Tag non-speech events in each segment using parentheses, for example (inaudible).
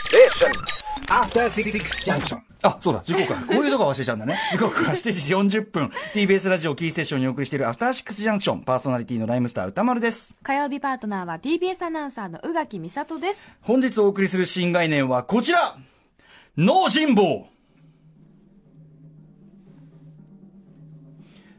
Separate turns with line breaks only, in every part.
Station.
After Six Junction.
あ、そうだ、時刻は。こういうとこ忘れちゃうんだね。時刻は7時40分。TBS ラジオキーステーションにお送りしているアフターシックスジャンクション。パーソナリティのライムスター歌丸です。
火曜日パートナーは TBS アナウンサーの宇垣美里です。
本日お送りする新概念はこちら脳人坊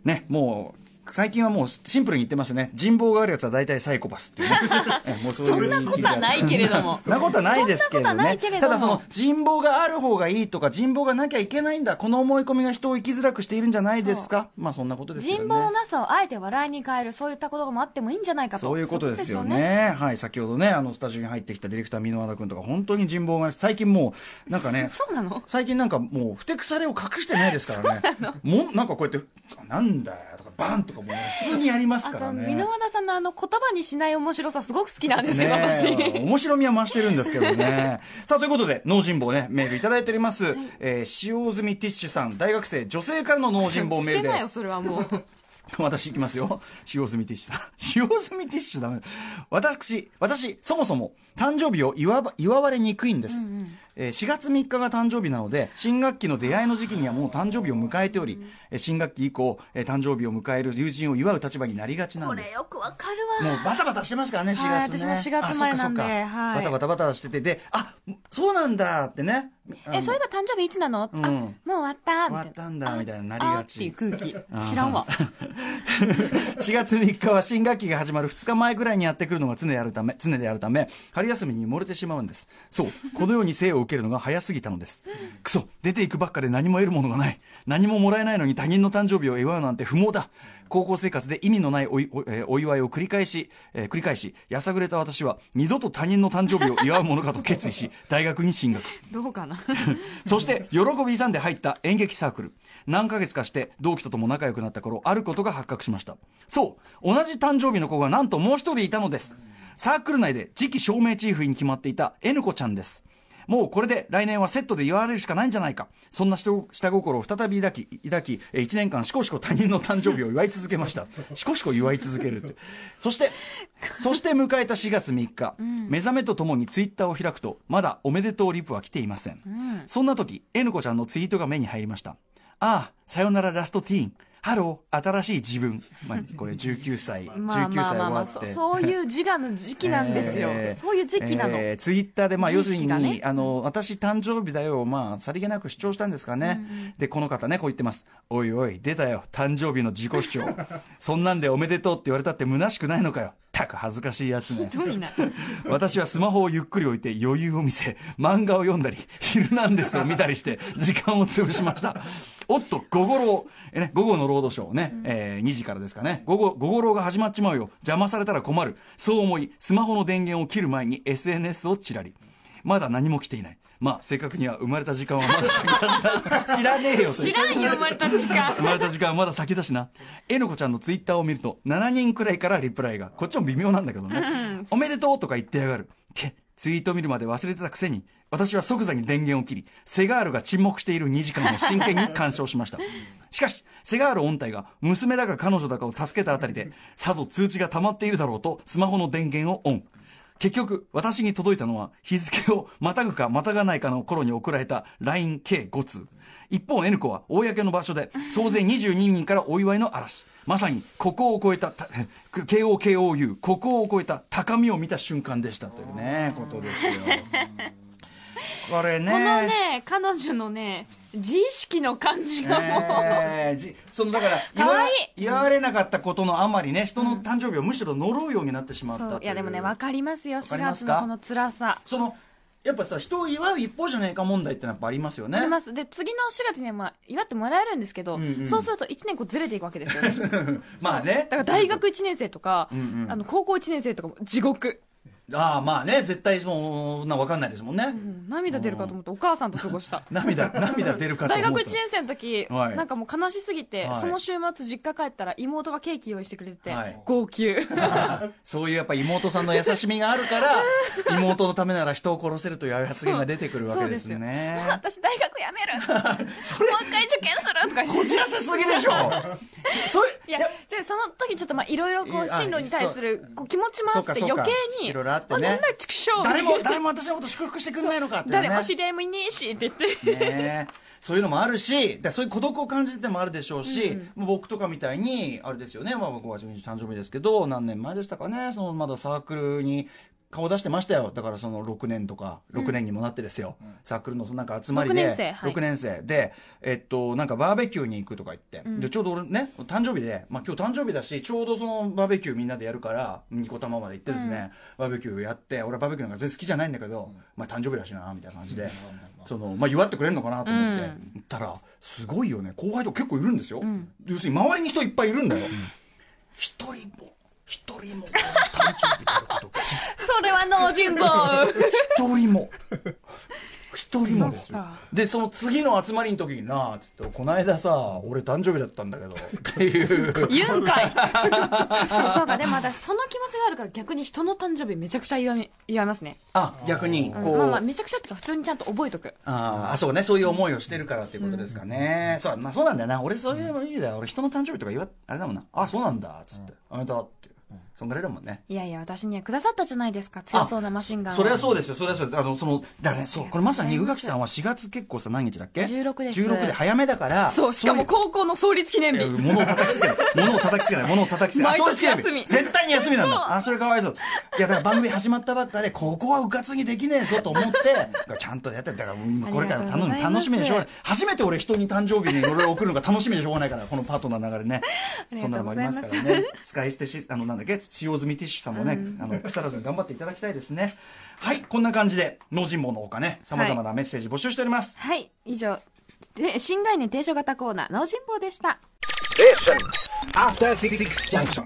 ね、もう、最近はもうシンプルに言ってましたね。人望があるやつは大体サイコパスって
(laughs)
いうね。えもうそういう言い切りである
ないけれども。
なことはないですけど
そんなことはな
ね
いけれど
た
も
だその人望がある方がいいとか人望がなきゃいけないんだこの思い込みが人を生きづらくしているんじゃないですかまあそんなことですよね
人望のなさをあえて笑いに変える、そういったこともあってもいいんじゃないかと。
そういうことですよね。
そういうこ
はい。先ほどね、あの、スタジオに入ってきたディレクター、箕輪田君とか、本当に人望が、最近もう、なんかね、
(laughs) そうなの
最近なんかもう、ふてくされを隠してないですからね。もう、なんかこうやって、なんだよとか、バンとかもう、普通にやりますか
とですよ
ら
ね。あ
ね。
と、箕輪田さんのあの言葉にしない面白さすごく好きなんですけど、
ね
私。
え面白みは増してるんですけどね。さあ、ということで、脳人坊ね、メールいただいております。えー使用済みティッシュさん、大学生、女性からの脳人坊メ
(laughs)
ール
捨てな
で
よ、
す。
それ
(laughs)
はもう。
私いきますよ。 (laughs) 使用済みティッシュだ。 (laughs) 使用済みティッシュダメだ。私、私、そもそも、誕生日を祝わ祝われにくいんです、えー4月3日が誕生日なので、新学期の出会いの時期にはもう誕生日を迎えており、えー新学期以降、えー誕生日を迎える友人を祝う立場になりがちなん
こ
で
れ
す。
よくわかる
も
わ。
うバタバタしてますからね、4月ね。
はい私も4月
あ
生まれなんで
そっかそっか
は
バ
い
タバタバタしてて、で、あ、そうなんだってね。あの
え、そういえば誕生日いつなの、
ん
あ、もう終わったみたいな。
終わったんだみたいになりがち
ああっていう空気。知らんわ。
(laughs) 4月3日は新学期が始まる2日前ぐらいにやってくるのが常であるため常であるため春休みに埋もれてしまうんですそうこのように生を受けるのが早すぎたのですクソ出ていくばっかで何も得るものがない何ももらえないのに他人の誕生日を祝うなんて不毛だ高校生活で意味のないおいお,、えーお祝いを繰り返し、えー繰り返しやさぐれた私は二度と他人の誕生日を祝うものかと決意し大学に進学
どうか
(laughs)
な。
そして、喜び勇んで入った演劇サークル。何ヶ月かして、同期ととも仲良くなった頃、あることが発覚しました。そう、同じ誕生日の子がなんともう一人いたのです。サークル内で次期証明チーフに決まっていた N 子ちゃんです。もうこれで来年はセットで言われるしかないんじゃないか。そんな下心を再び抱き、抱き、えー一年間しこしこ他人の誕生日を祝い続け
(laughs)
ました。しこしこ祝い続けるって。そして、そして迎えた4月3日、目覚めとともにツイッターを開くと、まだおめでとうリプは来ていません。そんな時、N 子ちゃんのツイートが目に入りました。ああ、さよならラストティーン。ハロー、新しい自分。まあ、これ19歳、
まあ
19歳終
まあまあま
わ
あ、
って
そ。そういう自我の時期なんですよ。
えー
そういう時期なの。
えーツイッターで、まあ、
自
要
意
するに、
識がね
あの、私誕生日だよ、まあ、さりげなく主張したんですかね。で、この方ね、こう言ってます。おいおい、出たよ、誕生日の自己主張。そんなんでおめでとうって言われたって虚しくないのかよ。たく恥ずかしいやつね。
どういな。
(laughs) 私はスマホをゆっくり置いて余裕を見せ、漫画を読んだり、昼なんですを見たりして、時間を潰しました。おっと、午後ろえ、ね、午後の労働省ね、えー2時からですかね。午後、午後ろが始まっちまうよ。邪魔されたら困る。そう思い、スマホの電源を切る前に SNS をチラリ。まだ何も来ていない。まあ、正確には生まれた時間はまだ先だしな知らねえよ、それ
知らんよ、生まれた時間。
生まれた時間はまだ先だしな。えのこちゃんのツイッターを見ると、7人くらいからリプライが。こっちも微妙なんだけどね。おめでとうとか言ってやがる。け、ツイート見るまで忘れてたくせに、私は即座に電源を切り、セガールが沈黙している2時間を真剣に鑑賞しました。しかし、セガール本体が、娘だか彼女だかを助けたあたりで、さぞ通知が溜まっているだろうと、スマホの電源をオン。結局、私に届いたのは、日付をまたぐかまたがないかの頃に送られた LINE 計5通。一方、N 子は、公の場所で、総勢22人からお祝いの嵐。まさに、ここを超えた、 (laughs) た KOKOU、ここを超えた高みを見た瞬間でしたというね、ことですよ。これね。
このね、彼女のね、自意識の感じがもう、
えーじそのだから言
か
わ
わいい
言われなかったことのあまりね人の誕生日をむしろ呪うようになってしまった
そ
と
ういやでもね分かりますよ
か
4
りま
月
すか
のこの辛さ
そのやっぱさ人を祝う一方じゃねえか問題ってのはやっぱありますよね
ありますで次の4月には、まあ、祝ってもらえるんですけど、
んうん
そうすると1年こうずれていくわ
(laughs)
けですよねだか
(laughs) まあね
ら大学1年生とか、
んうん
あの高校1年生とかも地獄
ああまあね絶対そんな分かんないですもんね、
もう涙出るかと思ってお母さんと過ごした
涙涙出るかと
大
思うと
学1年生の時、
はい
なんかもう悲しすぎて、
はい
その週末実家帰ったら妹がケーキ用意してくれてて、
はい
号泣
(laughs) そういうやっぱ妹さんの優しみがあるから
(laughs)
妹のためなら人を殺せるという発言が出てくるわけですね
(laughs) 私大学やめ
(laughs)
るもう一回受験するとか言って
こじらせすぎでしょそれ
いや、じゃあその時ちょっとまあいろいろこ
いうや
進路に対するこう気持ちもあ
そう
っ
か
て
そうか
余計に、
いろいろあってね
あなんだ畜生
誰も誰も私のこと祝福してくんないのかかったよね
誰も知り合いもいねえしって言って、
ねえそういうのもあるしでそういう孤独を感じてのもあるでしょうし、もう僕とかみたいにあれですよね、まあ、僕は12日誕生日ですけど何年前でしたかねそのまだサークルに顔出してましたよだからその6年とか6年にもなってですよ、サークルのそのなんか集まりで
六年生はい
六年生で、えっと、なんかバーベキューに行くとか言って、でちょうど俺ね誕生日で、まあ、今日誕生日だしちょうどそのバーベキューみんなでやるからニコ玉まで行ってですね、バーベキューやって俺はバーベキューなんか全然好きじゃないんだけど、まあ、誕生日だしなみたいな感じでその、まあ、祝ってくれるのかなと思って、
う
行ったらすごいよね後輩とか結構いるんですよ、要するに周りに人いっぱいいるんだよ一、人も一人も誕生日のことが
それは脳人坊
一人も一人もです
そっ
よ
か
でその次の集まりの時になあつって「この間さ俺誕生日だったんだけど」っていう
言うん
(laughs)
かいそうかでも私その気持ちがあるから逆に人の誕生日めちゃくちゃ言わめ言われますね、
あ逆に
うん
こう、
まあまあめちゃくちゃっていうか普通にちゃんと覚えとく
あーあそうねそういう思いをしてるからっていうことですかね、そうまあ、そうなんだよな俺そういう意味では俺人の誕生日とか言わあれだもんなあそうなんだっつって、あれだってそんぐらいだもんね
いやいや私にはくださったじゃないですか強そうなマシンガンを
それはそうですよ、それはそうです。あの、その、だからね、そう、これまさに宇垣さんは4月結構さ、何日だっけ
16です
16で早めだから。
そうしかも高校の創立記念
い
日
や物を叩きつけない物を叩きつけない物を叩きつけないあ
毎年
そうです
休み
絶対に休みなんだあそれかわいそういやだから番組始まったばっかでここはうかつにできねえぞと思って (laughs) ちゃんとやってだからもうこれからの楽し
あ
み楽し
りがとうございます
みでしょうがない初めて俺人に誕生日に俺を送るのが楽しみでしょうがないからこのパートナーの流れね
あり
そんな
がと
の
う
もあ
ご
り
ざ
ま
い
す
ます
からね使い捨てしあのなんだっけ使用済みティッシュさんもね、あの腐らずに頑張っていただきたいですねはいこんな感じで「脳人坊のほかねさまざまなメッセージ募集しております、
はい以上で新概念提唱型コーナー脳人坊でした
After Six Junction.